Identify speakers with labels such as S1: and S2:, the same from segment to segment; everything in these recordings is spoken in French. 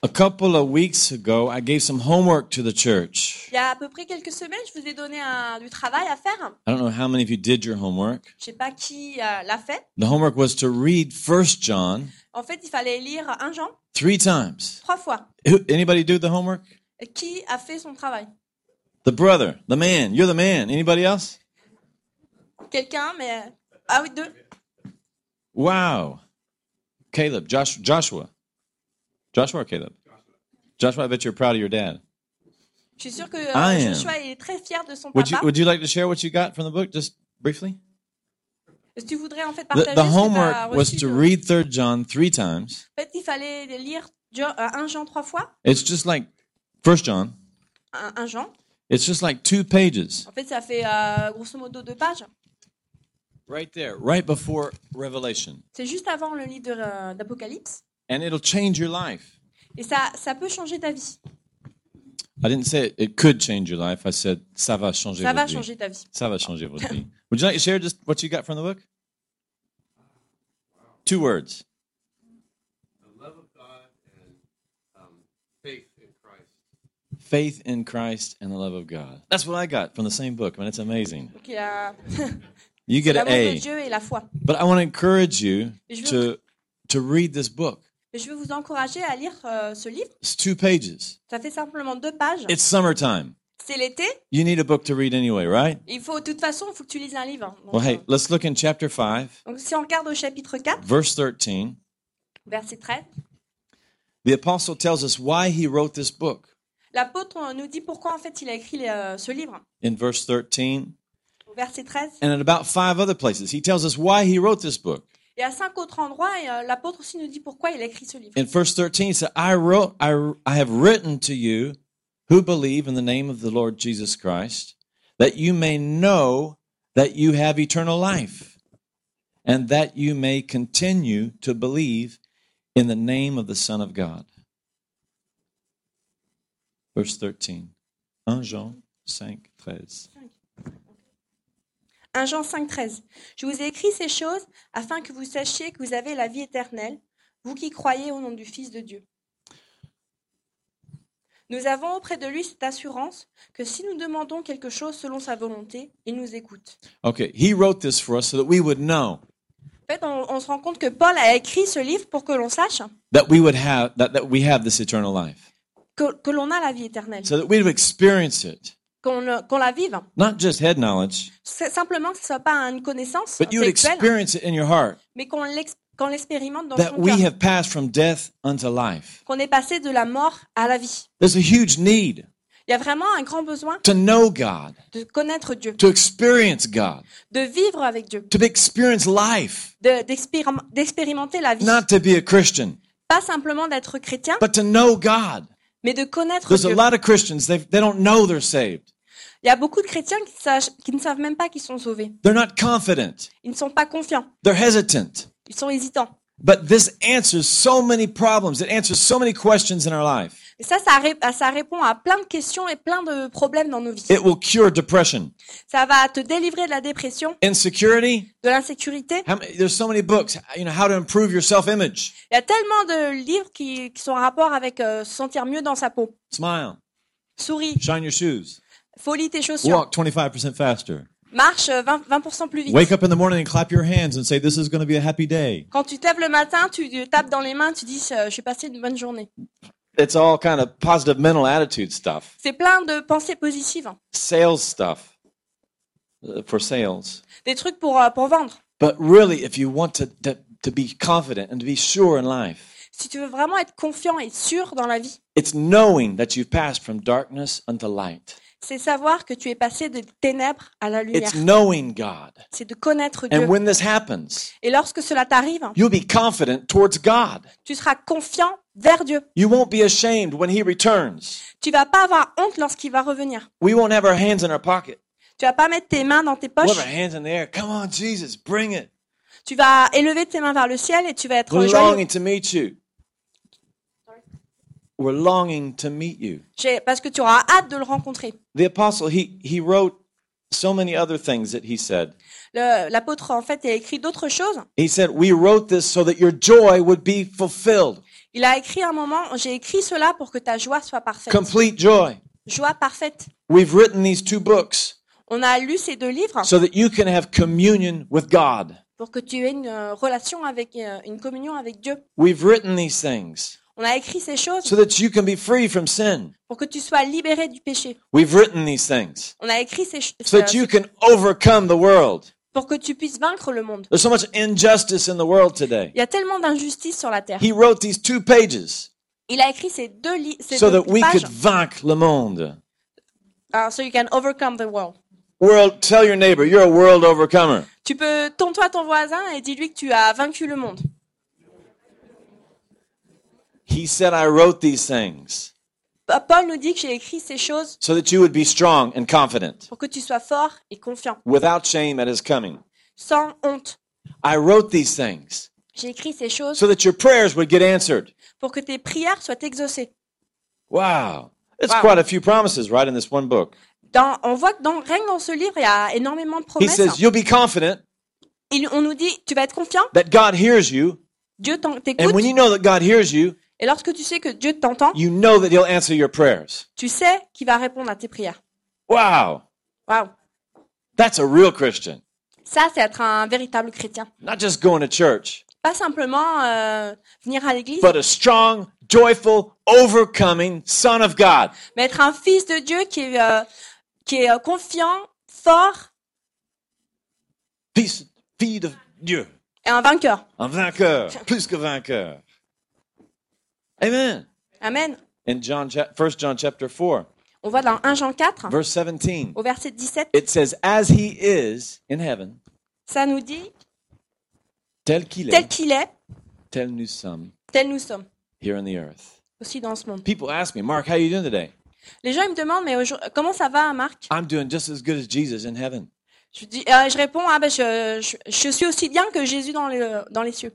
S1: A couple of weeks ago, I gave some homework to the church.
S2: Il y a à peu près quelques semaines, je vous ai donné un- du travail à faire.
S1: I don't know how many of you did your homework.
S2: Je sais pas qui euh, l'a fait.
S1: The homework was to read 1 John
S2: En fait, il fallait lire un Jean
S1: three times.
S2: trois fois.
S1: Who- Anybody do the homework?
S2: Qui a fait son travail
S1: The brother, the man. You're the man. Anybody else?
S2: Quelqu'un, mais ah oui, deux.
S1: Wow. Caleb, Josh, Joshua. Joshua or Caleb? Joshua, I bet you're proud of your dad.
S2: Je suis sûre que
S1: I
S2: euh,
S1: am.
S2: Joshua est très fier de son
S1: Ah, Would you,
S2: papa.
S1: would you like to share what you got from the book, just briefly?
S2: Est-ce que tu voudrais en fait
S1: The,
S2: partager
S1: the
S2: ce que t'as
S1: homework was
S2: reçu
S1: to
S2: de-
S1: read 3 John three times.
S2: En fait, il fallait lire Jo- euh, un Jean trois fois.
S1: It's just like 1 John.
S2: Un, un Jean.
S1: It's just like two pages
S2: En fait, ça fait euh, grosso modo deux pages.
S1: right there, right before Revelation.
S2: C'est juste avant le livre de, euh, d'Apocalypse.
S1: And it'll change your life.
S2: Et ça, ça peut changer ta vie.
S1: I didn't say it, it could change your life. I said, ça va changer
S2: Ça va
S1: votre vie.
S2: changer ta vie.
S1: Ça va changer votre vie. Would you like to share just what you got from the book? Two words.
S3: the love of God and um, faith in Christ.
S1: Faith in Christ and the love of God. That's what I got from the same book. Man, it's amazing.
S2: Donc, il y a
S1: You get an
S2: l'amour de
S1: A.
S2: Dieu et la foi.
S1: But I want to encourage you
S2: Je veux,
S1: to to read this book.
S2: je veux vous encourager à lire euh, ce livre.
S1: It's two pages.
S2: Ça fait simplement deux pages.
S1: It's summertime.
S2: C'est l'été.
S1: You need a book to read anyway, right?
S2: Il faut, de toute façon, il faut que tu lises un livre. hein. Donc,
S1: Well, hey,
S2: euh,
S1: let's look in chapter 5,
S2: donc, si on regarde au chapitre 4,
S1: verse 13.
S2: verset 13,
S1: The apostle tells us why he wrote this book.
S2: l'apôtre euh, nous dit pourquoi, en fait, il a écrit euh, ce livre.
S1: In verse 13
S2: Au verset 13.
S1: and in about five other places, he tells us why he wrote this book.
S2: Et à cinq autres endroits, et, euh, l'apôtre aussi nous dit pourquoi il a écrit ce livre.
S1: In verse 13, he said, I wrote, I, I have written to you who believe in the name of the Lord Jesus Christ, that you may know that you have eternal life, and that you may continue to believe in the name of the Son of God. Verse 13. 1 Jean 5, 13.
S2: 1 Jean 5, 13. Je vous ai écrit ces choses afin que vous sachiez que vous avez la vie éternelle, vous qui croyez au nom du Fils de Dieu. Nous avons auprès de lui cette assurance que si nous demandons quelque chose selon sa volonté, il nous écoute.
S1: Okay, he wrote this for us so that we would know,
S2: En fait, on, on se rend compte que Paul a écrit ce livre pour que l'on sache
S1: that we would have, that, that we have this eternal life,
S2: que, que l'on a la vie éternelle,
S1: so that we would experience it,
S2: qu'on le- qu'on la vive.
S1: not just head knowledge.
S2: C'est simplement que ce ne soit pas une connaissance
S1: But you would
S2: intellectuelle,
S1: experience it in your heart
S2: mais qu'on l'ex- qu'on l'expérimente dans
S1: that
S2: son
S1: we
S2: cœur,
S1: have passed from death unto life.
S2: qu'on est passé de la mort à la vie.
S1: There's a huge need
S2: Il y a vraiment un grand besoin
S1: to know God,
S2: de connaître Dieu,
S1: to experience God,
S2: de vivre avec Dieu,
S1: to experience life,
S2: de- d'expérim- d'expérimenter la vie.
S1: not to be a Christian,
S2: Pas simplement d'être chrétien,
S1: but to know God.
S2: mais de connaître
S1: There's a
S2: Dieu.
S1: lot of Christians, they, they don't know they're saved.
S2: Il y a beaucoup de chrétiens qui, sachent- qui ne savent même pas qu'ils sont sauvés.
S1: They're not confident,
S2: Ils ne sont pas confiants.
S1: they're hesitant.
S2: Ils sont hésitants.
S1: But this answers so many problems, it answers so many questions in our life.
S2: Et ça, ça, ré- ça répond à plein de questions et plein de problèmes dans nos vies.
S1: It will cure depression,
S2: Ça va te délivrer de la dépression,
S1: insecurity.
S2: de l'insécurité.
S1: How many, there's so many books, you know, how to improve your self image.
S2: Il y a tellement de livres qui, qui sont en rapport avec euh, se sentir mieux dans sa peau.
S1: Smile,
S2: Souris,
S1: shine your shoes.
S2: folie tes chaussures,
S1: Walk 25% faster.
S2: marche euh, 20%, 20% plus vite.
S1: Wake up in the morning and clap your hands and say, This is going to be a happy day.
S2: Quand tu te lèves le matin, tu te tapes dans les mains, tu dis euh, j'ai passé une bonne journée.
S1: It's all kind of positive mental attitude stuff,
S2: C'est plein de pensées positives, hein.
S1: sales stuff uh, for sales.
S2: des trucs pour euh, pour vendre.
S1: But really, if you want to, to, to be confident and to be sure in life,
S2: Si tu veux vraiment être confiant et sûr dans la vie,
S1: it's knowing that you've passed from darkness unto light.
S2: c'est savoir que tu es passé des ténèbres à la lumière.
S1: It's knowing God.
S2: C'est de connaître Dieu.
S1: And when this happens,
S2: Et lorsque cela t'arrive, hein,
S1: you'll be confident towards God.
S2: tu seras confiant vers Dieu.
S1: You won't be ashamed when He returns.
S2: Tu vas pas avoir honte lorsqu'il va revenir.
S1: We won't have our hands in our pocket.
S2: Tu vas pas mettre tes mains dans tes
S1: We'll
S2: poches.
S1: have our hands in the air. Come on, Jesus, bring it.
S2: Tu vas élever tes mains vers le ciel et tu vas être
S1: We're
S2: joyeux.
S1: longing to meet you. We're longing to meet you.
S2: J'ai- Parce que tu auras hâte de le rencontrer.
S1: The apostle, he, he wrote so many other things that he said.
S2: Le- L'apôtre, en fait, a écrit d'autres choses.
S1: He said, We wrote this so that your joy would be fulfilled.
S2: Il a écrit un moment, j'ai écrit cela pour que ta joie soit parfaite.
S1: complete joy.
S2: Joie parfaite.
S1: We've written these two books
S2: On a lu ces deux livres
S1: so that you can have communion with God.
S2: pour que tu aies une euh, relation avec, euh, une communion avec Dieu.
S1: We've written these things
S2: On a écrit ces choses
S1: so that you can be free from sin.
S2: pour que tu sois libéré du péché.
S1: We've written these things
S2: On a écrit ces choses
S1: so that you can overcome the world.
S2: pour que tu puisses vaincre le monde.
S1: There's so much injustice in the world today.
S2: Il y a tellement d'injustice sur la terre.
S1: He wrote these two pages
S2: Il a écrit ces deux, li- ces
S1: so
S2: deux
S1: that we
S2: pages.
S1: could vaincre le monde.
S2: euh, so you can overcome the world.
S1: World, tell your neighbor, you're a world overcomer.
S2: Tu peux, tourne-toi à ton voisin et dis-lui que tu as vaincu le monde.
S1: He said, I wrote these things
S2: Pa- Paul nous dit que j'ai écrit ces choses
S1: so that you would be strong and confident
S2: pour que tu sois fort et confiant,
S1: without shame at his coming.
S2: sans honte.
S1: I wrote these things
S2: J'ai écrit ces choses
S1: so that your prayers would get answered.
S2: pour que tes prières soient exaucées.
S1: Wow. It's
S2: Wow.
S1: quite a few promises right in this one book.
S2: Dans- on voit que dans, rien que dans ce livre, il y a énormément de
S1: He
S2: promesses.
S1: says, You'll be confident
S2: Il- on nous dit, tu vas être confiant,
S1: that God hears you.
S2: Dieu t'en-
S1: And
S2: t'écoute.
S1: when you know that God hears you,
S2: Et lorsque tu sais que Dieu t'entend,
S1: you know that He'll answer your prayers.
S2: tu sais qu'il va répondre à tes prières.
S1: Wow.
S2: Waouh.
S1: That's a real Christian.
S2: Ça, c'est être un véritable chrétien.
S1: Not just going to church,
S2: Pas simplement euh, venir à l'église,
S1: but a strong, joyful, overcoming Son of God.
S2: mais être un fils de Dieu qui est, euh, qui est euh, confiant, fort
S1: Fils, fille de Dieu.
S2: et un vainqueur.
S1: Un vainqueur. Plus que vainqueur. Amen.
S2: Amen.
S1: In John, chap- 1 John chapter 4,
S2: On voit dans 1 Jean 4,
S1: verse 17,
S2: au verset 17,
S1: it says, As He is in heaven,
S2: ça nous dit
S1: tel qu'il
S2: tel
S1: est,
S2: qu'il est,
S1: tel nous sommes
S2: tel nous sommes,
S1: here on the earth.
S2: aussi dans ce monde.
S1: People ask me, Mark, how you doing today?
S2: Les gens ils me demandent, mais aujourd'hui- comment ça va, Marc
S1: I'm doing just as good as Jesus in heaven.
S2: je, dis, euh, je réponds, ah ben je, je, je suis aussi bien que Jésus dans, le, dans les cieux.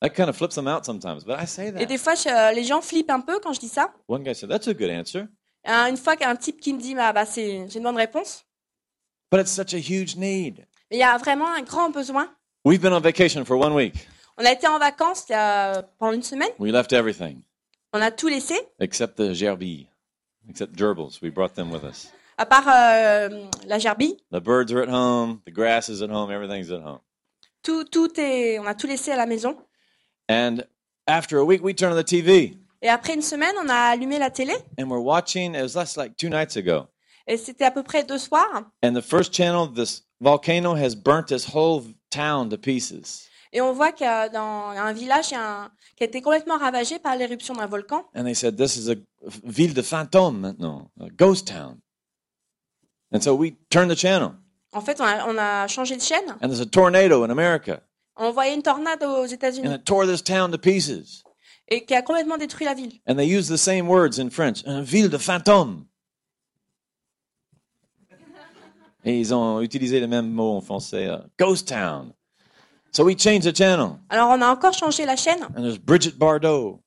S1: That kind of flips them out sometimes, but I say
S2: Et
S1: that.
S2: des fois, je- euh, les gens flippent un peu quand je dis ça.
S1: One guy said, That's a good answer.
S2: Euh, une fois qu'un type qui me dit, bah, bah c'est, j'ai une bonne réponse.
S1: But it's such a huge need.
S2: Mais il y a vraiment un grand besoin.
S1: We've been on vacation for one week.
S2: On a été en vacances il y a- pendant une semaine.
S1: We left everything
S2: On a tout laissé,
S1: except the gerbil, except gerbils. We brought them with us.
S2: à part euh, la gerbille.
S1: The birds are at home, the grass is at home, everything's at home.
S2: Tout, tout est, on a tout laissé à la maison.
S1: And after a week, we turn on the TV
S2: Et après une semaine, on a allumé la télé.
S1: and we're watching. It was last, like two nights ago.
S2: Et c'était à peu près deux soirs.
S1: And the first channel, this volcano has burnt this whole town to pieces.
S2: Et on voit qu'il y a dans un village il y a un- qui a été complètement ravagé par l'éruption d'un volcan.
S1: And they said, This is a ville de fantôme maintenant, a ghost town. And so we turned the channel,
S2: En fait, on a, on a changé de chaîne.
S1: and there's a tornado in America,
S2: On voyait une tornade aux
S1: and
S2: États-Unis
S1: it tore this town to pieces.
S2: et qui a complètement détruit la ville.
S1: And they used the same words in French, un ville de fantôme. Et ils ont utilisé le même mot en français, uh, ghost town. So we changed the channel,
S2: Alors, on a encore changé la chaîne.
S1: and there's Bridget Bardot,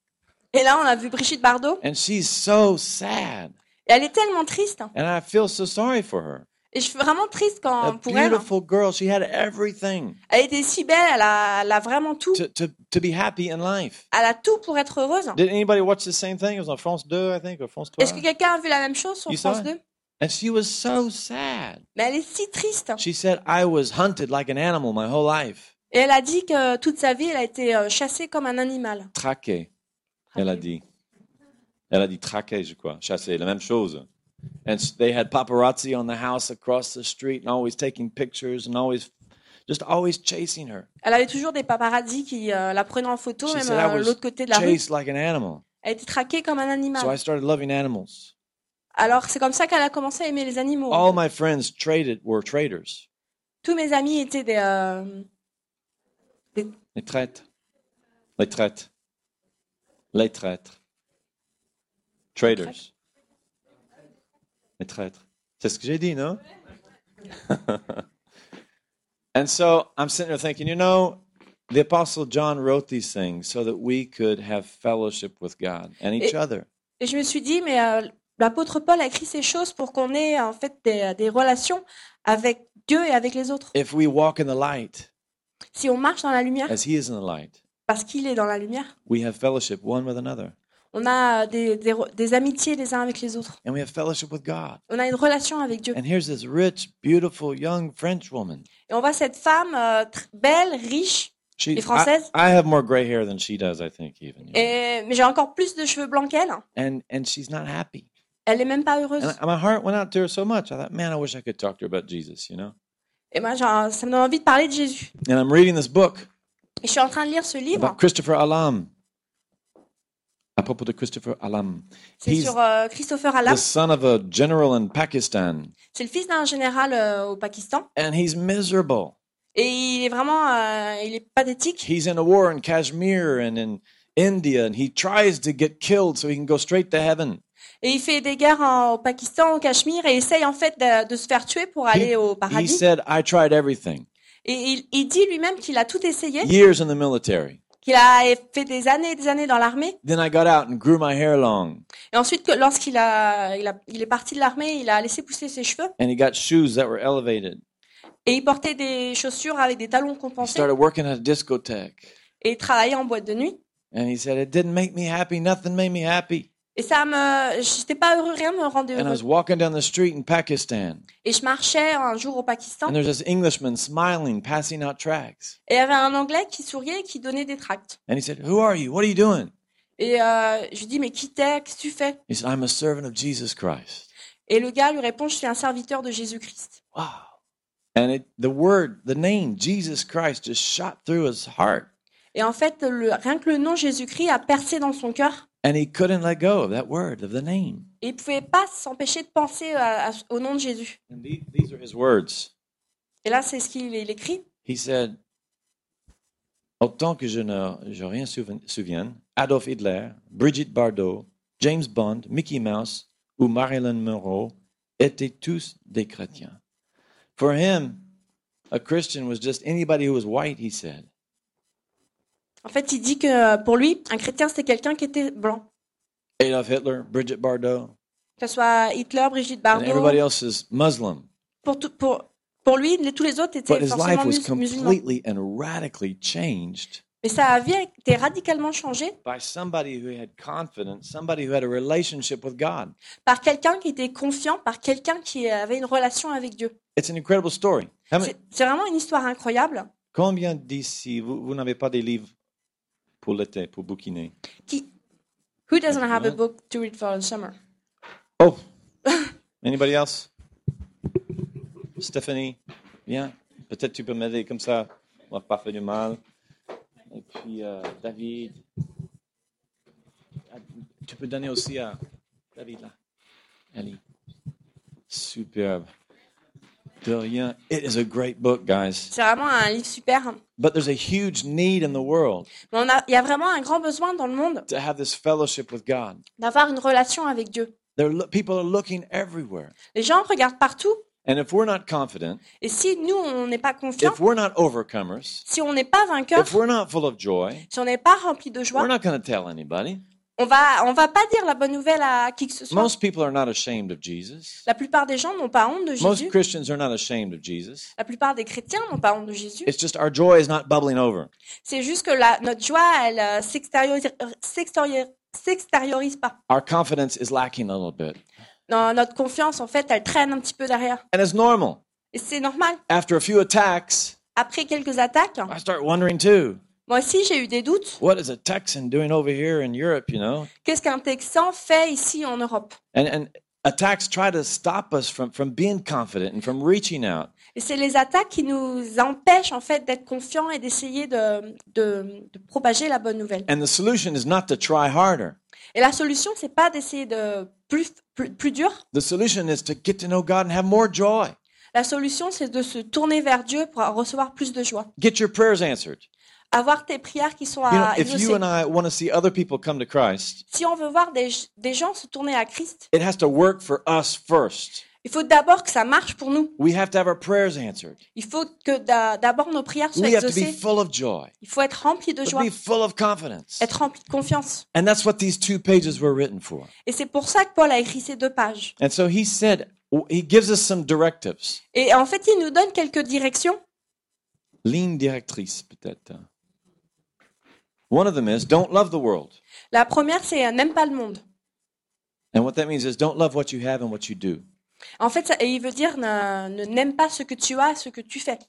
S2: Et là, on a vu Brigitte Bardot.
S1: and she's so sad.
S2: Et elle est tellement triste.
S1: And I feel so sorry for her.
S2: Et je suis vraiment triste
S1: A
S2: quand, Ah, pour elle.
S1: beautiful girl, she had everything.
S2: Elle était si belle, elle a, elle a vraiment tout.
S1: to, to, to be happy in life.
S2: Elle a tout pour être heureuse.
S1: Did anybody watch the same thing? It was on France 2, I think, or France 2.
S2: Est-ce que quelqu'un a vu la même chose sur
S1: You saw
S2: France
S1: it?
S2: 2
S1: And she was so sad.
S2: Mais elle est si triste.
S1: She said, I was hunted like an animal my whole life.
S2: Et elle a dit que toute sa vie, elle a été euh, chassée comme un animal.
S1: Traqué, elle a dit. Elle a dit traqué, je crois. Chassé, la même chose. And s- they had paparazzi on the house across the street and always taking pictures and always, just always chasing her.
S2: Elle avait toujours des paparazzis qui euh, la prenaient en photo,
S1: She
S2: même
S1: said, I
S2: euh,
S1: was
S2: l'autre côté de la rue.
S1: Chased like an animal.
S2: Elle était traquée comme un animal.
S1: So I started loving animals.
S2: Alors c'est comme ça qu'elle a commencé à aimer les animaux.
S1: All my friends traded were traders.
S2: Tous mes amis étaient des, euh,
S1: Les traîtres. Les traîtres. Les traîtres. Traders. Les traîtres. C'est ce que j'ai dit, non? and so I'm sitting there thinking, you know, the Apostle John wrote these things so that we could have fellowship with God and each
S2: Et-
S1: other.
S2: Et je me suis dit, mais euh, l'apôtre Paul a écrit ces choses pour qu'on ait en fait des, des relations avec Dieu et avec les autres.
S1: If we walk in the light
S2: Si on marche dans la lumière,
S1: as He is in the light,
S2: parce qu'il est dans la lumière.
S1: We have fellowship one with another,
S2: On a des, des, des amitiés les uns avec les autres.
S1: and we have fellowship with God.
S2: On a une relation avec Dieu.
S1: And here's this rich, beautiful young French woman.
S2: Et on voit cette femme euh, tr- belle, riche,
S1: She,
S2: Et
S1: I,
S2: française?
S1: I have more gray hair than she does, I think, even. you know.
S2: et, mais j'ai encore plus de cheveux blancs qu'elle.
S1: And and she's not happy.
S2: Elle est même pas heureuse.
S1: And I- my heart went out to her so much. I thought, man, I wish I could talk to her about Jesus, you know.
S2: Et moi, genre, ça me donne envie de parler de Jésus.
S1: And I'm reading this book
S2: Et je suis en train de lire ce livre.
S1: about Christopher Alam. À propos de Christopher Alam,
S2: C'est
S1: he's
S2: sur euh, Christopher Alam.
S1: the son of a general in Pakistan,
S2: C'est le fils d'un général euh, au Pakistan.
S1: and he's miserable.
S2: Et il est vraiment, euh, il est pathétique.
S1: He's in a war in Kashmir and in India, and he tries to get killed so he can go straight to heaven.
S2: Et il fait des guerres en- au Pakistan, au Cachemire, et essaye en fait de, de se faire tuer pour aller au
S1: He
S2: paradis.
S1: said, "I tried everything.
S2: Et il, il dit lui-même qu'il a tout essayé,
S1: Years in the military.
S2: qu'il a fait des années et des années dans l'armée.
S1: Then I got out and grew my hair long,
S2: Et ensuite, que- lorsqu'il a, il a, il est parti de l'armée, il a laissé pousser ses cheveux.
S1: and he got shoes that were elevated.
S2: Et il portait des chaussures avec des talons
S1: He
S2: compensés.
S1: started working at a discotheque."
S2: Et il travaillait en boîte de nuit.
S1: And he said, It didn't make me happy. Nothing made me happy.
S2: Et ça me, j'étais pas heureux, rien me rendait
S1: And I was
S2: heureux.
S1: walking down the street in Pakistan.
S2: Et je marchais un jour au Pakistan
S1: And there's this Englishman smiling, passing out tracts.
S2: et il y avait un Anglais qui souriait et qui donnait des tracts.
S1: And he said, Who are you? What are you doing?
S2: Et euh, je lui dis mais qui t'es, qu'est-ce que tu fais
S1: He said, I'm a servant of Jesus Christ.
S2: Et le gars lui répond je suis un serviteur de Jésus-Christ.
S1: Wow. And it, the word, the name Jesus Christ just shot through his heart.
S2: Et en fait le, rien que le nom Jésus-Christ a percé dans son cœur
S1: And he couldn't let go of that word, of the name.
S2: et il pouvait pas s'empêcher de penser à- à- au nom de Jésus.
S1: And the- these are his words.
S2: Et là c'est ce qu'il il écrit.
S1: He said, Autant que je ne je rien souven- souvienne, Adolf Hitler, Brigitte Bardot, James Bond, Mickey Mouse ou Marilyn Monroe étaient tous des chrétiens. For him, a Christian was just anybody who was white, he said.
S2: En fait il dit que euh, pour lui un chrétien c'était quelqu'un qui était blanc.
S1: Adolf Hitler, Brigitte Bardot,
S2: Que ce soit Hitler, Brigitte
S1: and everybody
S2: Bardot,
S1: else is Muslim.
S2: pour, tout- pour, pour lui les- tous les autres étaient
S1: But his
S2: forcément
S1: life was
S2: mus- musulmans.
S1: completely and radically changed
S2: Mais sa vie a été radicalement changée
S1: by somebody who had confidence, somebody who had a relationship with God.
S2: par quelqu'un qui était confiant, par quelqu'un qui avait une relation avec Dieu.
S1: It's an incredible story. How many-
S2: C'est c'est vraiment une histoire incroyable.
S1: Combien d'ici, vous, vous n'avez pas des livres pour l'été, pour bouquiner
S2: Qui... Who doesn't have a book to read for the summer?
S1: Oh Anybody else Stéphanie, viens. Peut-être tu peux m'aider comme ça. On va pas faire du mal. Et puis euh, David. Ah, Tu peux donner aussi à David là. Allez. Superbe. De rien. It is a great book, guys.
S2: C'est vraiment un livre super.
S1: But there's a huge need in the world
S2: Mais on a- il y a vraiment un grand besoin dans le monde
S1: to have this fellowship with God.
S2: d'avoir une relation avec Dieu.
S1: They're lo- people are looking everywhere.
S2: Les gens regardent partout
S1: And if we're not confident,
S2: et si nous, on n'est pas confiants,
S1: if we're not overcomers,
S2: si on n'est pas vainqueur,
S1: if we're not full of joy,
S2: si on n'est pas rempli de
S1: we're
S2: joie,
S1: not going to tell anybody.
S2: on va, on va pas dire la bonne nouvelle à qui que ce soit.
S1: Most people are not ashamed of Jesus.
S2: La plupart des gens n'ont pas honte de
S1: Most
S2: Jésus.
S1: Christians are not ashamed of Jesus.
S2: La plupart des chrétiens n'ont pas honte de Jésus.
S1: It's just our joy is not bubbling over.
S2: C'est juste que la, notre joie, elle euh, s'extériorise, euh, s'extériori- s'extériorise pas.
S1: Our confidence is lacking a little bit.
S2: Non, notre confiance, en fait, elle traîne un petit peu derrière.
S1: And it's normal.
S2: Et c'est normal.
S1: After a few attacks,
S2: Après quelques attaques,
S1: I start wondering too
S2: moi aussi, j'ai eu des doutes.
S1: what is a Texan doing over here in Europe, you know?
S2: Qu'est-ce qu'un Texan fait ici en Europe
S1: And, and attacks try to stop us from, from being confident and from reaching out.
S2: Et c'est les attaques qui nous empêchent, en fait, d'être confiants et d'essayer de, de, de propager la bonne nouvelle.
S1: And the solution is not to try harder.
S2: Et la solution, c'est pas d'essayer de plus, plus, plus dur.
S1: The solution is to get to know God and have more joy.
S2: La solution, c'est de se tourner vers Dieu pour recevoir plus de joie.
S1: Get your prayers answered.
S2: Avoir tes prières qui sont
S1: You know,
S2: à
S1: if Uh, you
S2: exaucer.
S1: and I want to see other people come to Christ,
S2: Si on veut voir des, des gens se tourner à Christ,
S1: it has to work for us first.
S2: il faut d'abord que ça marche pour nous.
S1: We have to have our prayers answered.
S2: Il faut que d'a- d'abord nos prières soient
S1: We have to be
S2: exaucées.
S1: full of joy,
S2: Il faut être rempli de
S1: but
S2: joie,
S1: be full of confidence.
S2: être rempli de confiance.
S1: And that's what these two pages were written for.
S2: Et c'est pour ça que Paul a écrit ces deux pages.
S1: And so he said, he gives us some directives.
S2: Et en fait, il nous donne quelques directions,
S1: Ligne directrice, peut-être. One of them is don't love the world.
S2: La première, c'est euh, n'aime pas le monde.
S1: And what that means is don't love what you have and what you do.
S2: En fait, ça- et il veut dire ne ne- n'aime pas ce que tu as, ce que tu fais.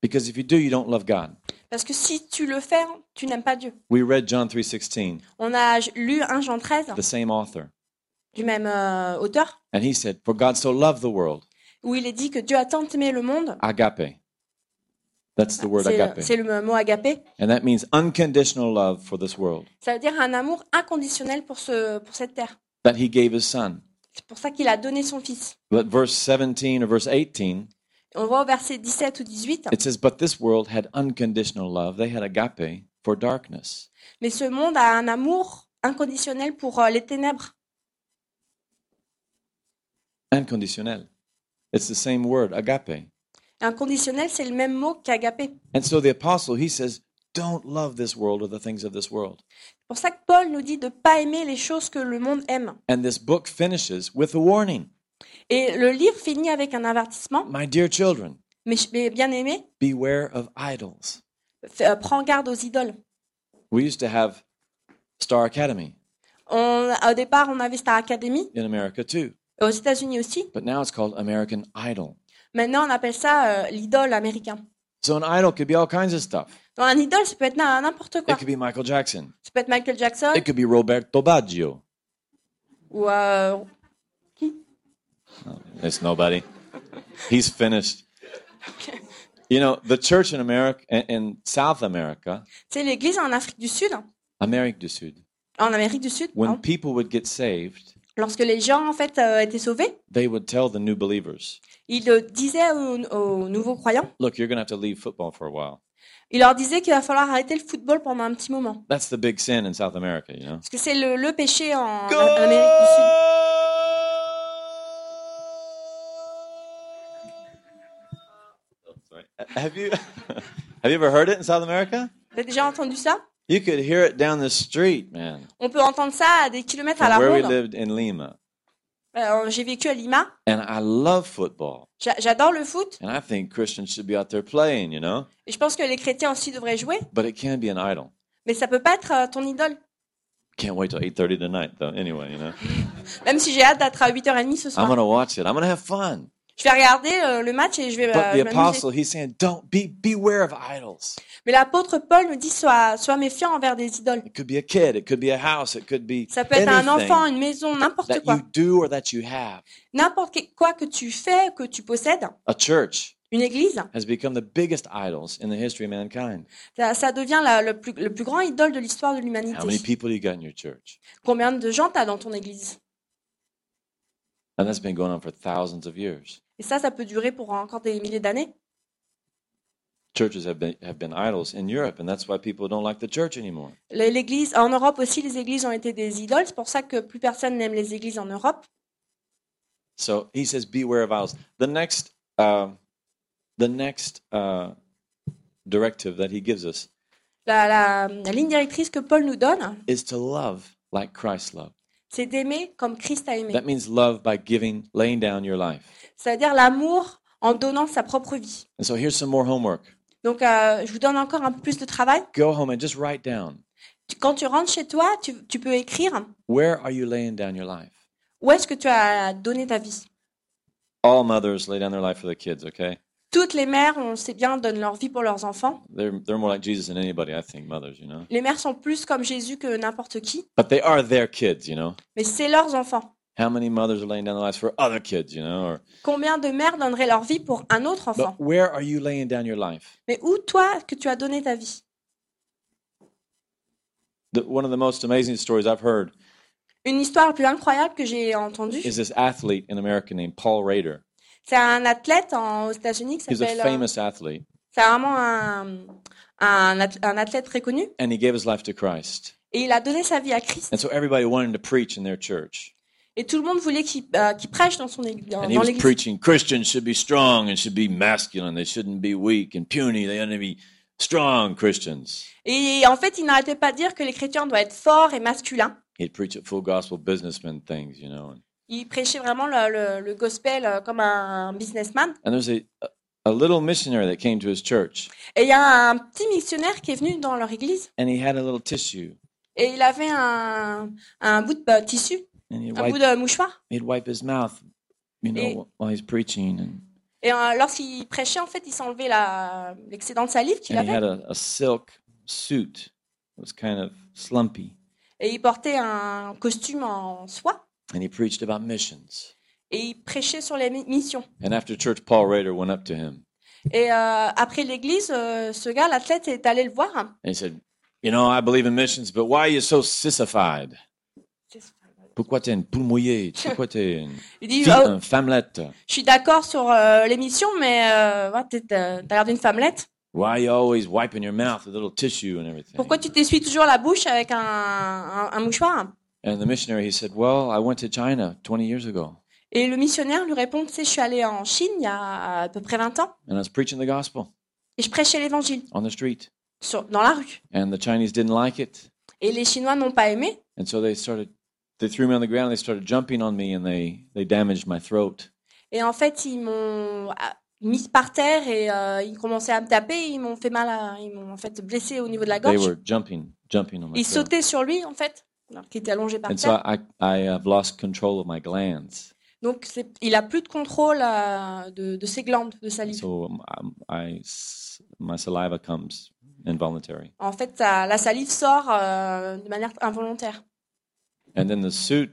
S1: Because if you do, you don't love God.
S2: Parce que si tu le fais, tu n'aimes pas Dieu.
S1: We read John 3:16,
S2: On a lu 1 Jean 13
S1: the same author,
S2: du même euh, auteur,
S1: and he said, "For God so loved the world,
S2: où il est dit que Dieu a tant aimé le monde,
S1: agape." That's the word
S2: c'est
S1: agape.
S2: c'est le mot agapé,
S1: And that means unconditional love for this world.
S2: ça veut dire un amour inconditionnel pour, ce, pour cette terre.
S1: That he gave his son.
S2: C'est pour ça qu'il a donné son fils.
S1: But verse 17 or verse 18,
S2: On voit au verset 17 ou 18,
S1: it says, "But this world had unconditional love. They had agape for darkness."
S2: mais ce monde a un amour inconditionnel pour euh, les ténèbres.
S1: Inconditionnel. It's the same word, agape.
S2: Inconditionnel, c'est le même mot qu'agapé.
S1: And so the apostle, he says, "Don't love this world or the things of this world."
S2: C'est pour ça que Paul nous dit de ne pas aimer les choses que le monde aime.
S1: And this book finishes with a warning.
S2: Et le livre finit avec un avertissement.
S1: My dear children,
S2: Mais, mais bien aimé,
S1: beware of idols.
S2: fais- euh, prends garde aux idoles.
S1: We used to have Star Academy
S2: On, au départ, on avait Star Academy,
S1: in America too,
S2: et aux États-Unis aussi.
S1: but now it's called American Idol.
S2: Maintenant, on appelle ça euh, l'idole américain.
S1: So an idol could be all kinds of stuff.
S2: Dans un idole, ça peut être na- n'importe quoi.
S1: It could be Michael Jackson.
S2: Ça peut être Michael Jackson
S1: It could be Roberto Baggio.
S2: ou euh,
S1: It's nobody. He's finished. You know, the church in America, in- in South America,
S2: c'est l'église en Afrique du Sud, hein.
S1: Amérique du Sud,
S2: en Amérique du Sud.
S1: when
S2: pardon.
S1: people would get saved,
S2: Lorsque les gens en fait euh, étaient sauvés,
S1: they would tell the new believers,
S2: ils euh, disaient aux, aux nouveaux croyants,
S1: look, you're going to have to leave football for a while.
S2: ils leur disaient qu'il va falloir arrêter le football pendant un petit moment,
S1: That's the big sin in South America, you know?
S2: parce que c'est le, le péché en, en
S1: Oh,
S2: Amérique du Sud.
S1: Have you have you ever heard it in South America?
S2: Vous avez déjà entendu ça
S1: You could hear it down the street, man.
S2: On peut entendre ça à des kilomètres à
S1: From
S2: la
S1: where we
S2: ronde.
S1: lived in Lima.
S2: Euh, J'ai vécu à Lima.
S1: And I love football.
S2: J'a- J'adore le foot
S1: And I think Christians should be out there playing, you know?
S2: et je pense que les chrétiens aussi devraient jouer,
S1: But it can be an idol.
S2: mais ça peut pas être euh, ton idole.
S1: Can't wait till 8.30 tonight, though. Anyway, you know?
S2: Même si j'ai hâte d'être à 8h30 ce
S1: I'm
S2: soir.
S1: going to watch it. I'm going to have fun.
S2: Je vais regarder euh, le match et je vais
S1: But
S2: euh,
S1: the
S2: je vais m'amuser.
S1: apostle, he's saying, don't be, beware of idols.
S2: Mais l'apôtre Paul nous dit sois, sois méfiant envers des idoles.
S1: It could be a kid. It could be a house. It could be
S2: Ça peut être un
S1: anything Bah,
S2: enfant, une maison, n'importe
S1: that
S2: quoi.
S1: you do or that you have.
S2: N'importe que- quoi que tu fais, que tu possèdes,
S1: A church
S2: une église,
S1: has become the biggest idols in the history of mankind.
S2: ça, ça devient la- le, plus, le plus grand idole de l'histoire de
S1: How many
S2: l'humanité.
S1: people you got in your church?
S2: Combien de gens t'as dans ton église
S1: And that's been going on for thousands of years.
S2: Et ça, ça peut durer pour encore des milliers d'années.
S1: Churches have been, have been idols in Europe, and that's why people don't like the church anymore.
S2: Les- L'église, en Europe aussi, les églises ont été des idoles. C'est pour ça que plus personne n'aime les églises en Europe.
S1: So he says, beware of idols. The next, uh, the next uh, directive that he gives us
S2: La, la- la ligne directrice que Paul nous donne,
S1: is to love like Christ loved.
S2: c'est d'aimer comme Christ a aimé.
S1: That means love by giving, laying down your life.
S2: C'est-à-dire l'amour en donnant sa propre vie.
S1: And so here's some more homework.
S2: Donc, euh, je vous donne encore un peu plus de travail.
S1: Go home and just write down
S2: Tu- quand tu rentres chez toi, tu, tu peux écrire
S1: where are you laying down your life.
S2: où est-ce que tu as donné ta vie.
S1: All mothers lay down their life for their kids. Okay,
S2: Toutes les mères, on le sait bien, donnent leur vie pour leurs enfants.
S1: they're they're more like Jesus than anybody, I think. Mothers, you know,
S2: Les mères sont plus comme Jésus que n'importe qui,
S1: but they are their kids. You know,
S2: mais c'est leurs enfants.
S1: how many mothers are laying down their lives for other kids? You know, or
S2: Combien de mères donneraient leur vie pour un autre enfant
S1: but where are you laying down your life?
S2: Mais où, toi, que tu as donné ta vie
S1: The, one of the most amazing stories I've heard
S2: Une histoire la plus incroyable que j'ai entendue,
S1: is this athlete in America named Paul Rader.
S2: c'est un athlète en- aux États-Unis qui
S1: He's a
S2: s'appelle. euh,
S1: famous athlete,
S2: C'est vraiment un, un ath- un athlète très connu.
S1: and he gave his life to Christ.
S2: Et il a donné sa vie à Christ.
S1: And so everybody wanted him to preach in their church.
S2: Et tout le monde voulait qu'il euh, qu'il prêche dans son église. Dans
S1: And he was
S2: l'église.
S1: preaching Christians should be strong and should be masculine. They shouldn't be weak and puny. They ought to be strong Christians.
S2: Et en fait, il n'arrêtait pas de dire que les chrétiens doivent être forts et masculins.
S1: He'd preach at full gospel businessman things, you know. And,
S2: Il prêchait vraiment le, le- le gospel euh, comme un businessman.
S1: and there's a, a little missionary that came to his church,
S2: Et il y a un petit missionnaire qui est venu dans leur église
S1: and he had a little tissue,
S2: et il avait un, un bout de euh, tissu,
S1: and he'd
S2: un bout
S1: wipe,
S2: de mouchoir.
S1: he'd wipe his mouth, you know,
S2: Et-
S1: wh- while he's preaching, and,
S2: Et euh, lorsqu'il prêchait, en fait, il s'enlevait la- l'excédent de salive qu'il
S1: and he had
S2: avait
S1: a, a silk suit. It was kind of slumpy,
S2: et il portait un costume en soie
S1: and he preached about missions.
S2: et il prêchait sur les mi- missions.
S1: And after church, Paul Rader went up to him
S2: Et euh, après l'église, euh, ce gars, l'athlète, est allé le voir.
S1: and he said, "You know, I believe in missions, but why are you so sissified? Pourquoi t'es une poule mouillée? Pourquoi t'es une
S2: Il dit,
S1: fille,
S2: Ah,
S1: une femmelette?
S2: je suis d'accord sur euh, l'émission, mais euh, ouais, t'es- t'as t'as l'air d'une femmelette.
S1: Why are you always wiping your mouth with little tissue and everything?"
S2: Pourquoi tu t'essuies toujours la bouche avec un, un- un mouchoir
S1: And the missionary, he said, Well, I went to China 20 years ago
S2: Et le missionnaire lui répond, tu sais, je suis allé en Chine il y a à peu près 20 ans
S1: and I was preaching the gospel
S2: et je prêchais l'évangile
S1: on the street.
S2: sur- dans la rue.
S1: And the Chinese didn't like it.
S2: Et les Chinois n'ont pas aimé.
S1: And so they started, they threw me on the ground. They started jumping on me and they, they damaged my throat.
S2: Et en fait, ils m'ont ah, mise par terre et euh, ils commençaient à me taper. et ils m'ont fait mal, à- ils m'ont en fait blessé au niveau de la
S1: They
S2: gorge.
S1: were jumping, jumping on my
S2: Ils
S1: throat.
S2: sautaient sur lui, en fait, alors qu'il était allongé par
S1: And so
S2: terre.
S1: I, I uh, have lost control of my glands.
S2: Donc, c'est- il a plus de contrôle euh, de, de ses glandes de
S1: And
S2: salive.
S1: so um, I, I s- my saliva comes involuntary.
S2: En fait, ça- la salive sort euh, de manière involontaire.
S1: And then the suit,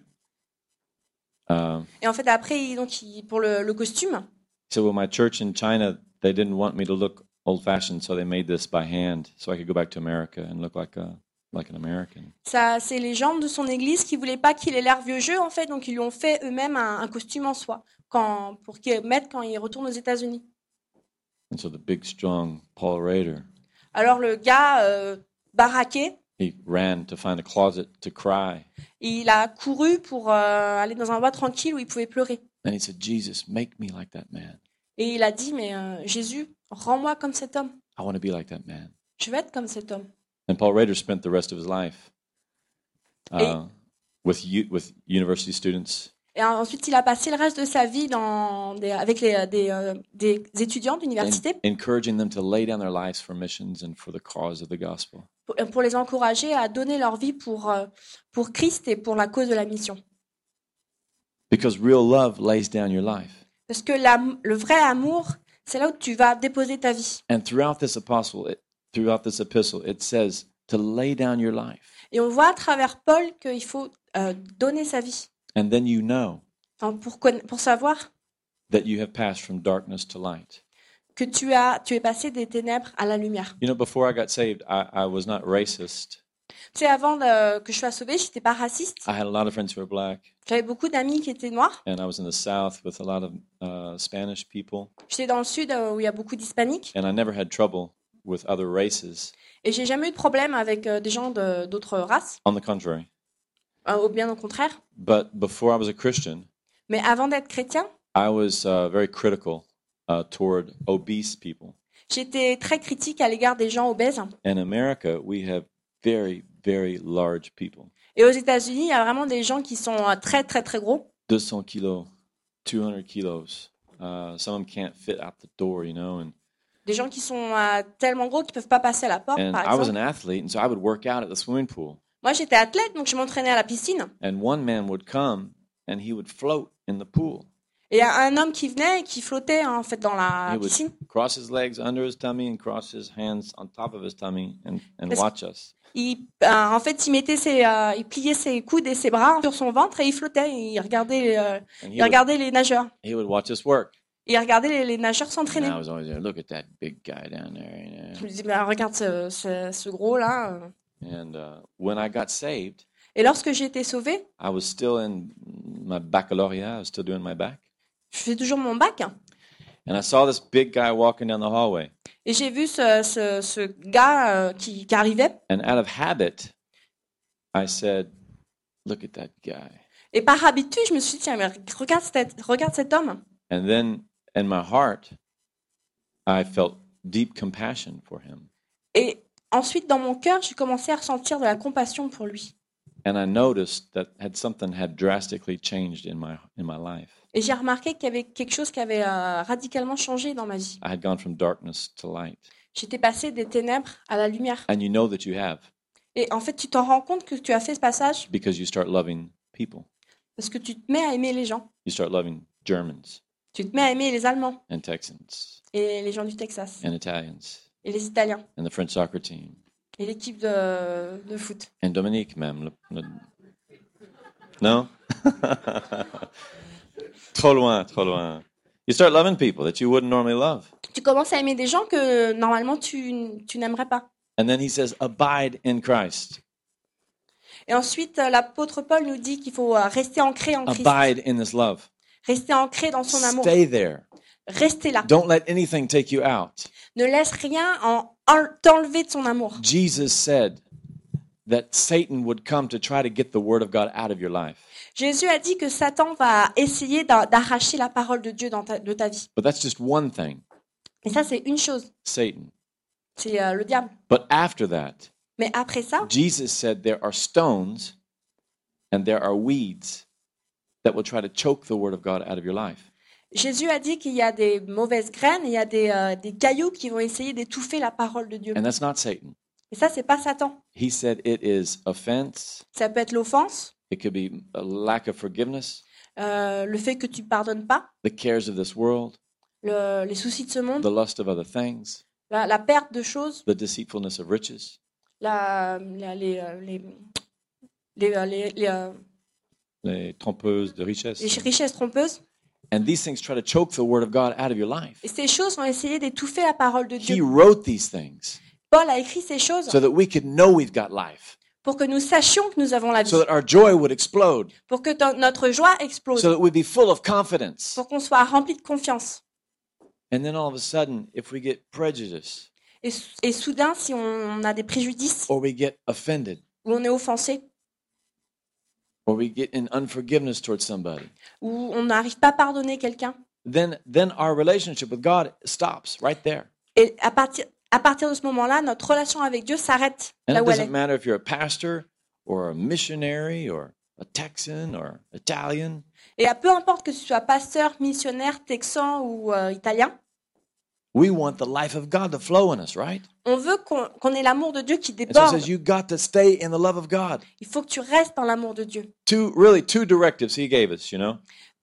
S1: uh,
S2: Et en fait, après, il- donc, il- pour le, le costume,
S1: So, well, my church in China, they didn't want me to look old fashioned, so they made this by hand so I could go back to America and look like a like an American.
S2: ça, c'est les gens de son église qui voulaient pas qu'il ait l'air vieux jeu, en fait. Donc, ils lui ont fait eux-mêmes un, un costume en soie quand, pour qu'il mette quand il retourne aux États-Unis.
S1: And so the big, strong Paul Rader,
S2: Alors, le gars euh, baraqué,
S1: he ran to find a closet to cry.
S2: il a couru pour euh, aller dans un endroit tranquille où il pouvait pleurer.
S1: And he said, Jesus, make me like that man.
S2: Et il a dit, mais euh, Jésus, rends-moi comme cet homme.
S1: I want to be like that man.
S2: Je vais être comme cet homme.
S1: And Paul Rader spent the rest of his life uh, with u- with university students.
S2: Et ensuite, il a passé le reste de sa vie dans des- avec les, des, euh, des étudiants d'université
S1: en- encouraging them to lay down their lives for missions and for the cause of the gospel.
S2: pour, euh, pour les encourager à donner leur vie pour, euh, pour Christ et pour la cause de la mission.
S1: Because real love lays down your life.
S2: Parce que l'am- le vrai amour, c'est là où tu vas déposer ta vie.
S1: And throughout this apostle, it, throughout this epistle, it says to lay down your life,
S2: Et on voit à travers Paul qu'il faut euh, donner sa vie
S1: and then you know
S2: Enfin, pour, conna- pour savoir
S1: that you have passed from darkness to light.
S2: que tu, as, tu es passé des ténèbres à la lumière.
S1: You know, before I got saved, I, I was not racist.
S2: Tu sais, avant euh, que je sois sauvée, j'étais pas raciste.
S1: I had a lot of friends who were black,
S2: J'avais beaucoup d'amis qui étaient noirs.
S1: and I was in the South with a lot of uh, Spanish people,
S2: J'étais dans le sud euh, où il y a beaucoup d'hispaniques.
S1: and I never had trouble with other races.
S2: Et j'ai jamais eu de problème avec euh, des gens de- d'autres races,
S1: On the contrary,
S2: euh, au bien au contraire.
S1: but before I was a Christian,
S2: Mais avant d'être chrétien,
S1: I was uh, very critical uh, toward obese people.
S2: j'étais très critique à l'égard des gens obèses.
S1: In America, we have very, very large people.
S2: Et aux États-Unis, il y a vraiment des gens qui sont euh, très très très gros.
S1: 200 kilo, 200 kilos. Uh, some of them can't fit out the door, you know. And,
S2: Des gens qui sont euh, tellement gros qu'ils peuvent pas passer à la porte,
S1: and
S2: par
S1: I was an
S2: exemple.
S1: athlete, and so I would work out at the swimming pool.
S2: Moi, j'étais athlète, donc je m'entraînais à la piscine.
S1: And one man would come, and he would float in the pool,
S2: Et il y a un homme qui venait et qui flottait hein, en fait dans la
S1: He would-
S2: piscine.
S1: cross his legs under his tummy, and cross his hands on top of his tummy, and, and
S2: Parce-
S1: watch us.
S2: Il, euh, en fait, il mettait ses, euh, il pliait ses coudes et ses bras sur son ventre et il flottait. Et il regardait, euh,
S1: And he
S2: il
S1: would,
S2: regardait les nageurs.
S1: he would watch us work.
S2: Il regardait les, les nageurs
S1: And
S2: s'entraîner.
S1: I was always there, look at that big guy down there. You
S2: Je me
S1: know?
S2: disais, bah, regarde ce, ce- ce gros là. euh.
S1: And uh, when I got saved,
S2: Et lorsque j'ai été sauvée,
S1: I was still in my baccalaureate, I was still doing my back.
S2: je fais toujours mon bac. hein.
S1: And I saw this big guy walking down the hallway.
S2: Et j'ai vu ce, ce- ce gars euh, qui, qui arrivait.
S1: And out of habit, I said, Look at that guy.
S2: Et par habitude, je me suis dit, tiens, mais regarde, cet- regarde cet homme.
S1: And then in my heart, I felt deep compassion for him.
S2: Et ensuite, dans mon cœur, j'ai commencé à ressentir de la compassion pour lui.
S1: and I noticed that had something had drastically changed in my in my life.
S2: Et j'ai remarqué qu'il y avait quelque chose qui avait euh, radicalement changé dans ma vie.
S1: I had gone from darkness to light,
S2: J'étais passée des ténèbres à la lumière.
S1: and you know that you have
S2: Et en fait, tu t'en rends compte que tu as fait ce passage
S1: because you start loving people.
S2: parce que tu te mets à aimer les gens.
S1: You start loving Germans
S2: Tu te mets à aimer les Allemands
S1: and Texans
S2: et les gens du Texas
S1: and Italians
S2: et les Italiens
S1: and the French soccer team
S2: et l'équipe de, de foot.
S1: and Dominique, ma'am. Le- le- No, trop loin, trop loin. You start loving people that you wouldn't normally love,
S2: Tu commences à aimer des gens que normalement tu, n- tu n'aimerais pas.
S1: and then he says, "Abide in Christ.
S2: Et ensuite, euh, l'apôtre Paul nous dit qu'il faut euh, rester ancré en Christ,
S1: Abide in this love.
S2: rester ancré dans son amour,
S1: Ah bah,
S2: Ah.
S1: Stay there.
S2: rester là.
S1: Don't let anything take you out."
S2: Ne laisse rien en, en- t'enlever de son amour.
S1: Jesus said that Satan would come to try to get the word of God out of your life.
S2: Jésus a dit que Satan va essayer d'a- d'arracher la parole de Dieu dans ta- de ta vie.
S1: But that's just one thing,
S2: Et ça, c'est une chose,
S1: Satan.
S2: c'est euh, le diable.
S1: But after that,
S2: Mais après ça,
S1: Jesus said there are stones and there are weeds that will try to choke the word of God out of your life.
S2: Jésus a dit qu'il y a des mauvaises graines, il y a des, euh, des cailloux qui vont essayer d'étouffer la parole de Dieu.
S1: And that's not Satan.
S2: Et ça, c'est pas Satan.
S1: He said it is offense,
S2: Ça peut être l'offense,
S1: it could be a lack of forgiveness,
S2: euh, le fait que tu pardonnes pas,
S1: the cares of this world,
S2: le- les soucis de ce monde,
S1: the lust of other things,
S2: la, la perte de choses,
S1: the deceitfulness of riches,
S2: la, la- les, euh, les, les, euh, les- les, euh,
S1: les trompeuses de
S2: les
S1: richesse.
S2: richesses trompeuses.
S1: And these things try to choke the word of God out of your life.
S2: Et ces choses vont essayer d'étouffer la parole de
S1: He
S2: Dieu.
S1: wrote these things
S2: Paul a écrit ces choses
S1: so that we could know we've got life,
S2: pour que nous sachions que nous avons la vie,
S1: so that our joy would explode,
S2: pour que ton- notre joie explose,
S1: so that we'd be full of confidence.
S2: pour qu'on soit rempli de confiance.
S1: And then all of a sudden, if we get prejudice
S2: Et, s- et soudain, si on a des préjudices
S1: or we get offended
S2: ou on est offensé
S1: or we get in unforgiveness towards somebody,
S2: ou on n'arrive pas à pardonner quelqu'un,
S1: then then our relationship with God stops right there.
S2: et à partir à partir de ce moment-là, notre relation avec Dieu s'arrête
S1: And
S2: là
S1: it
S2: où elle est.
S1: doesn't matter if you're a pastor or a missionary or a Texan or Italian,
S2: Et à peu importe que tu sois pasteur, missionnaire, texan ou euh, italien,
S1: we want the life of God to flow in us, right?
S2: on veut qu'on qu'on ait l'amour de Dieu qui
S1: And so it
S2: déborde.
S1: says you got to stay in the love of God.
S2: Il faut que tu restes dans l'amour de Dieu.
S1: Two really two directives he gave us, you know.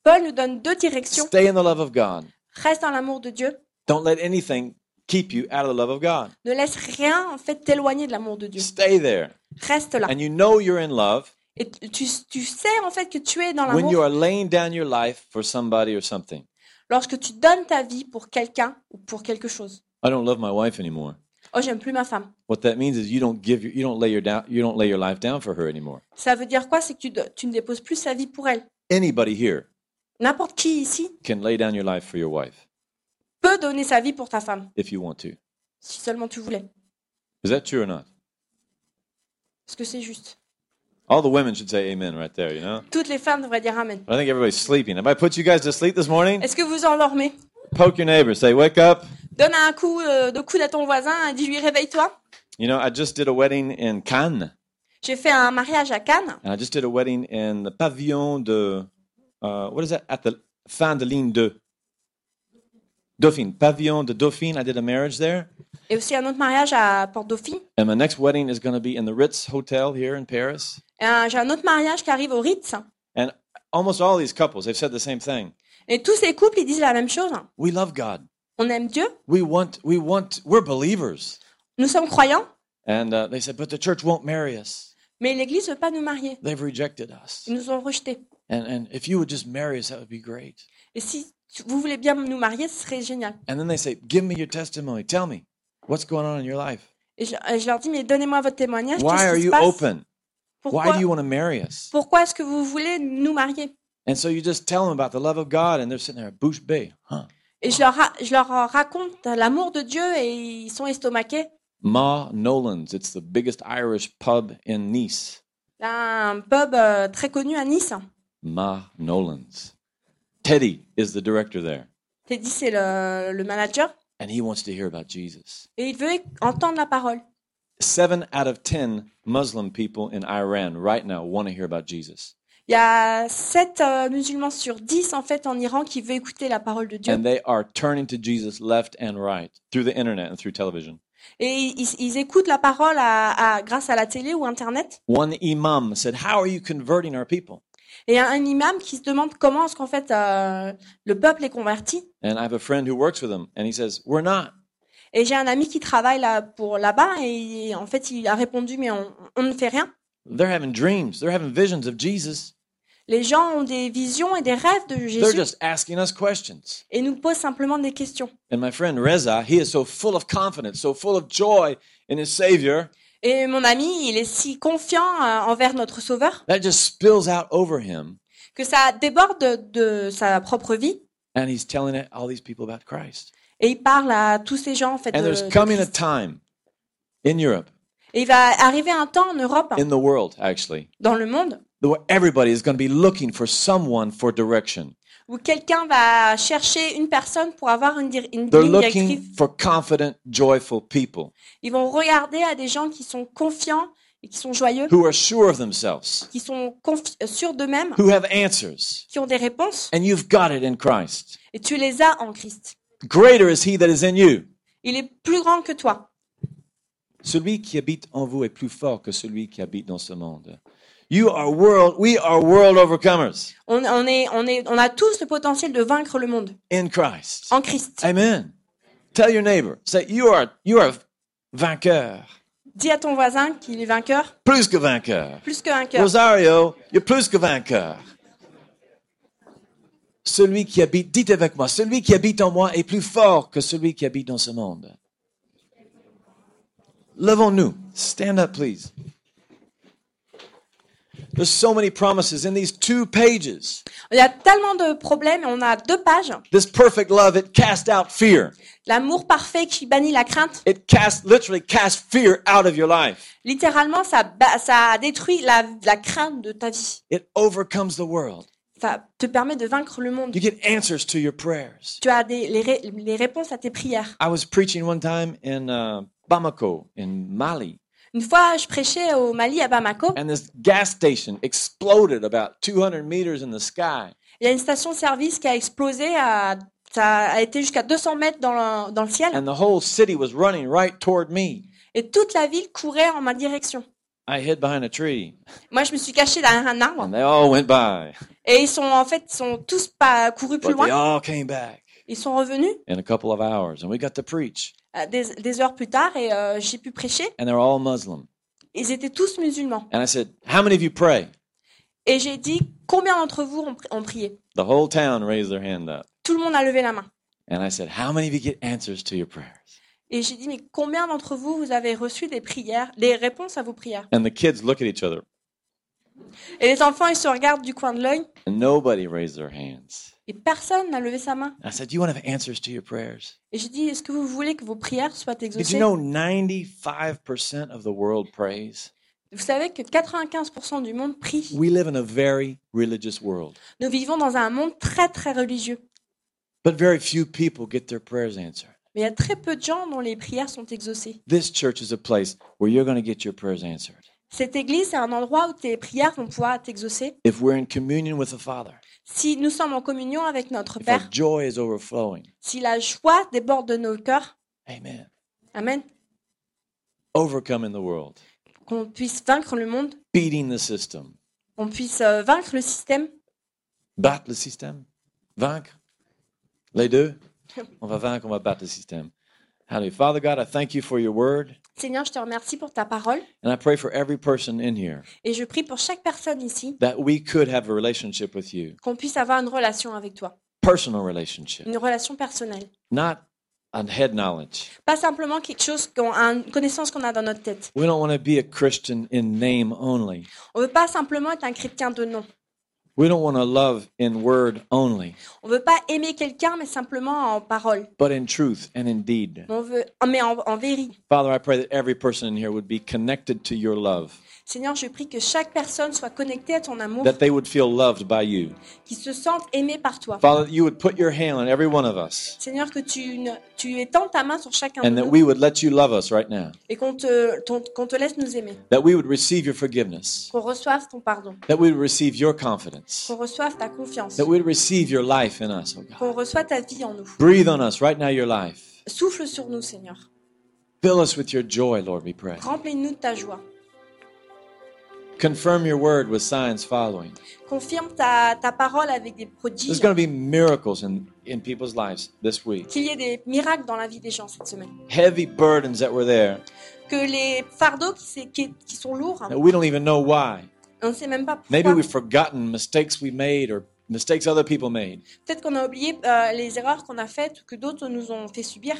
S2: Paul nous donne deux directions.
S1: Stay in the love of God.
S2: Reste dans l'amour de Dieu.
S1: Don't let anything keep you out of the love of God.
S2: Ne laisse rien en fait t'éloigner de l'amour de Dieu.
S1: Stay there.
S2: Reste là.
S1: And you know you're in love
S2: Et tu, tu- tu sais en fait que tu es dans
S1: when you
S2: l'amour
S1: are laying down your life for somebody or something.
S2: lorsque tu donnes ta vie pour quelqu'un ou pour quelque chose.
S1: I don't love my wife anymore.
S2: Oh, j'aime plus ma femme.
S1: What that means is you don't give your, you don't lay your down you don't lay your life down for her anymore.
S2: Ça veut dire quoi C'est que tu, do- tu ne déposes plus sa vie pour elle.
S1: Anybody here
S2: N'importe qui ici
S1: can lay down your life for your wife
S2: peut donner sa vie pour ta femme,
S1: if you want to.
S2: si seulement tu voulais.
S1: Is that true or not?
S2: Parce que c'est juste.
S1: All the women should say amen right there, you know?
S2: Toutes les femmes devraient dire Amen.
S1: I think everybody's sleeping. Have I put you guys to sleep this morning?
S2: Est-ce que vous endormez
S1: Poke your neighbor, say, wake up.
S2: Donne un coup euh, de coude à ton voisin et dis-lui réveille-toi.
S1: You know, I just did a wedding in Cannes.
S2: J'ai fait un mariage à Cannes.
S1: And I just did a wedding in the Pavillon de, uh, what is that? At the fin de ligne de Dauphine. Pavillon de Dauphine. I did a marriage there.
S2: Et aussi un autre mariage à Porte Dauphine.
S1: And my next wedding is going to be in the Ritz Hotel here in Paris.
S2: Et un- J'ai un autre mariage qui arrive au Ritz.
S1: And almost all these couples, they've said the same thing.
S2: Et tous ces couples, ils disent la même chose.
S1: We love God.
S2: On aime Dieu,
S1: We want, we want, we're believers.
S2: nous sommes croyants,
S1: And uh, they said, but the church won't marry us.
S2: mais l'Église ne veut pas nous marier.
S1: They've rejected us.
S2: Ils nous ont rejetés.
S1: And, and if you would just marry us, that would be great.
S2: Et si tu- vous voulez bien nous marier, ce serait génial.
S1: And then they say, give me your testimony. Tell me what's going on in your life.
S2: Et je, et je leur dis, mais donnez-moi votre témoignage.
S1: Why
S2: qu'est-ce
S1: are
S2: qui se
S1: you
S2: passe
S1: open? Why
S2: Pourquoi,
S1: do you want to marry us?
S2: pourquoi est-ce que vous voulez nous marier
S1: And so you just tell them about the love of God, and they're sitting there, bouche bée, huh?
S2: Et je leur, ra- je leur raconte l'amour de Dieu et ils sont estomaqués.
S1: Ma Nolan's, it's the biggest Irish pub in Nice.
S2: Là, un pub euh, très connu à Nice.
S1: Ma Nolan's. Teddy is the director there,
S2: Teddy, c'est le, le manager.
S1: and he wants to hear about Jesus.
S2: Et il veut éc- entendre la parole.
S1: Seven out of 10 Muslim people in Iran right now want to hear about Jesus.
S2: Il y a 7 musulmans sur 10 en fait en Iran qui veulent écouter la parole de Dieu.
S1: And they are turning to Jesus left and right through the internet and through television.
S2: Et ils, ils écoutent la parole à- à- grâce à la télé ou Internet.
S1: One imam said, How are you converting our people?
S2: Et il y a un imam qui se demande comment est-ce qu'en fait euh, le peuple est converti.
S1: And I have a friend who works with him, and he says, We're not.
S2: Et j'ai un ami qui travaille là pour là-bas et en fait il a répondu mais on, on ne fait rien.
S1: They're having dreams, they're having visions of Jesus.
S2: Les gens ont des visions et des rêves de
S1: They're
S2: Jésus
S1: just asking us questions.
S2: et nous posent simplement des questions.
S1: And my friend Reza, he is so full of confidence, so full of joy in his Savior,
S2: Et mon ami, il est si confiant euh, envers notre Sauveur
S1: that just spills out over him.
S2: que ça déborde de, de sa propre vie
S1: And he's telling all these people about Christ.
S2: et il parle à tous ces gens en fait.
S1: And
S2: de-
S1: there's
S2: de
S1: coming a
S2: Christ.
S1: time in Europe,
S2: Et il va arriver un temps en Europe,
S1: in the world actually,
S2: dans le monde,
S1: where everybody is going to be looking for someone for direction.
S2: où quelqu'un va chercher une personne pour avoir une, dir- une
S1: They're
S2: ligne
S1: looking
S2: directrice.
S1: for confident, joyful people
S2: Ils vont regarder à des gens qui sont confiants et qui sont joyeux,
S1: who are sure of themselves,
S2: qui sont confi- euh, sûrs d'eux-mêmes,
S1: who have answers.
S2: qui ont des réponses,
S1: And you've got it in Christ.
S2: et tu les as en Christ.
S1: Greater is he that is in you.
S2: Il est plus grand que toi.
S1: Celui qui habite en vous est plus fort que celui qui habite dans ce monde. You are world, we are world overcomers
S2: On, on est, on, est, on a tous le potentiel de vaincre le monde
S1: in Christ.
S2: en Christ.
S1: Amen. Tell your neighbor, say you are you are vainqueur.
S2: Dis à ton voisin qu'il est vainqueur,
S1: Plus que vainqueur.
S2: plus que vainqueur.
S1: Rosario, you're plus que vainqueur. Celui qui habite, dites avec moi, celui qui habite en moi est plus fort que celui qui habite dans ce monde. Levons-nous. Stand up, please. There's so many promises in these two pages.
S2: Il y a tellement de problèmes, on a deux pages.
S1: This perfect love, it cast out fear.
S2: L'amour parfait qui bannit la crainte.
S1: It cast, literally cast fear out of your life.
S2: Littéralement, ça, ba- ça détruit la, la crainte de ta vie.
S1: It overcomes the world.
S2: Ça te permet de vaincre le monde.
S1: You get answers to your prayers.
S2: Tu as des, les, ré- les réponses à tes prières.
S1: I was preaching one time in uh, Bamako, in Mali,
S2: Une fois, je prêchais au Mali, à Bamako.
S1: and this gas station exploded about 200 meters in the sky.
S2: Il y a une station-service qui a explosé. À, ça a été jusqu'à 200 mètres dans le, dans le ciel.
S1: And the whole city was running right toward me.
S2: Et toute la ville courait en ma direction.
S1: I hid behind a tree,
S2: Moi, je me suis cachée derrière un arbre.
S1: and they all went by,
S2: Et ils sont, en fait, sont tous pas courus plus
S1: but they
S2: loin.
S1: all came back
S2: Ils sont revenus
S1: in a couple of hours, and we got to preach.
S2: euh, des, des heures plus tard et euh, j'ai pu prêcher.
S1: And they're all Muslim.
S2: Ils étaient tous musulmans.
S1: And I said, "How many of you pray?"
S2: Et j'ai dit, combien d'entre vous ont, pri- ont prié
S1: The whole town raised their hand up,
S2: Tout le monde a levé la main.
S1: and I said, "How many of you get answers to your prayers?"
S2: Et j'ai dit, mais combien d'entre vous, vous avez reçu des prières, des réponses à vos prières
S1: And the kids look at each other,
S2: Et les enfants, ils se regardent du coin de l'œil
S1: and nobody raised their hands.
S2: et personne n'a levé sa main.
S1: I said, "Do you want to have answers to your prayers?"
S2: Et j'ai dit, est-ce que vous voulez que vos prières soient
S1: Did you
S2: exaucées
S1: know 95% of the world prays?
S2: Vous savez que 95% du monde prie.
S1: We live in a very religious world,
S2: Nous vivons dans un monde très, très religieux.
S1: but very few people get their prayers answered.
S2: Mais il y a très peu de gens dont les prières sont exaucées.
S1: This church is a place where you're going to get your prayers answered.
S2: Cette église, c'est un endroit où tes prières vont pouvoir être exaucées.
S1: If we're in communion with the Father,
S2: Si nous sommes en communion avec notre
S1: if our
S2: Père,
S1: joy is overflowing,
S2: si la joie déborde de nos cœurs,
S1: amen.
S2: Amen,
S1: Overcoming the world,
S2: qu'on puisse vaincre le monde,
S1: beating the system.
S2: qu'on puisse euh, vaincre le système.
S1: Battre le système, vaincre. Les deux, on va vaincre, on va battre le système. Hallelujah. Father God, I thank you for your word,
S2: Seigneur, je te remercie pour ta parole
S1: and I pray for every person in here
S2: et je prie pour chaque personne ici
S1: that we could have a relationship with you.
S2: qu'on puisse avoir une relation avec toi,
S1: personal relationship,
S2: une relation personnelle.
S1: not on head knowledge.
S2: Pas simplement quelque chose, qu'on, un- une connaissance qu'on a dans notre tête.
S1: We don't want to be a Christian in name only.
S2: On veut pas simplement être un chrétien de nom.
S1: We don't want to love in word only,
S2: On veut pas aimer quelqu'un, mais simplement en parole.
S1: but in truth and in deed.
S2: On veut, mais en, en vérité.
S1: Father, I pray that every person in here would be connected to your love,
S2: Seigneur, je prie que chaque personne soit connectée à ton amour,
S1: that they would feel loved by you.
S2: qu'ils se sentent aimés par toi.
S1: Father, that you would put your hand on every one of us,
S2: Seigneur, que tu, ne- tu étends ta main sur chacun de
S1: and that
S2: nous
S1: we would let you love us right now,
S2: et qu'on te, ton- qu'on te laisse nous aimer,
S1: that we would receive your forgiveness,
S2: qu'on reçoive ton pardon,
S1: that we would receive your confidence,
S2: qu'on reçoive ta confiance,
S1: that we would receive your life in us, oh God.
S2: qu'on reçoive ta vie en nous.
S1: Breathe on us right now, your life.
S2: Souffle sur nous, Seigneur.
S1: Fill us with your joy, Lord, we pray.
S2: Remplis-nous de ta joie.
S1: Confirm your word with signs following.
S2: Confirme ta, ta parole avec des
S1: There's
S2: prodiges.
S1: going to be miracles in, in people's lives this week.
S2: Qu'il y ait des miracles dans la vie des gens cette semaine.
S1: Heavy burdens that were there
S2: Que les fardeaux qui, s'est- qui- qui sont lourds, hein,
S1: that we don't even know why.
S2: on ne sait même pas pourquoi.
S1: Ah Maybe we've forgotten mistakes we made or mistakes other people made.
S2: Peut-être qu'on a oublié euh, les erreurs qu'on a faites ou que d'autres nous ont fait subir.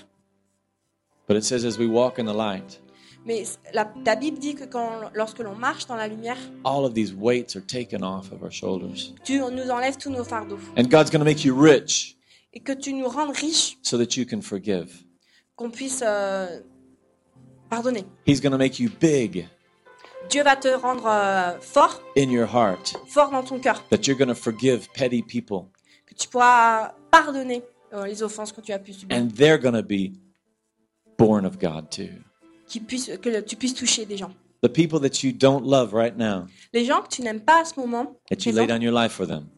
S1: But it says, as we walk in the light,
S2: Mais la, ta Bible dit que quand, lorsque l'on marche dans la lumière,
S1: all of these weights are taken off of our shoulders.
S2: tu nous enlèves tous nos fardeaux
S1: And God's going to make you rich
S2: et que tu nous rendes riches,
S1: so that you can forgive.
S2: qu'on puisse euh, pardonner.
S1: He's going to make you big
S2: Dieu va te rendre euh, fort,
S1: in your heart,
S2: fort dans ton cœur,
S1: that you're going to forgive petty people,
S2: que tu pourras pardonner euh, les offenses que tu as pu subir,
S1: and they're going to be born of God too.
S2: qu'ils puissent- que tu puisses toucher des gens.
S1: The people that you don't love right now,
S2: Les gens que tu n'aimes pas à ce moment,
S1: that you
S2: présent,
S1: lay down your life for them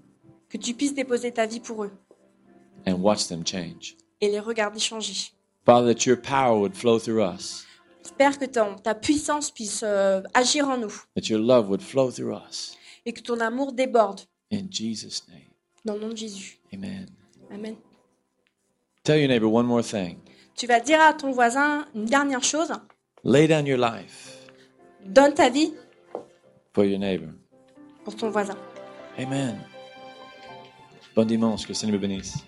S2: que tu puisses déposer ta vie pour eux
S1: and watch them change.
S2: et les regarder changer.
S1: Father, that your power would flow through us,
S2: J'espère que ton- ta puissance puisse euh, agir en nous
S1: that your love would flow through us.
S2: et que ton amour déborde
S1: In Jesus' name,
S2: dans le nom de Jésus.
S1: amen.
S2: Amen.
S1: Tell your neighbor one more thing
S2: Tu vas dire à ton voisin une dernière chose.
S1: lay down your life
S2: Donne ta vie
S1: for your neighbor.
S2: pour ton voisin.
S1: Amen. Bon dimanche, que le Seigneur vous bénisse.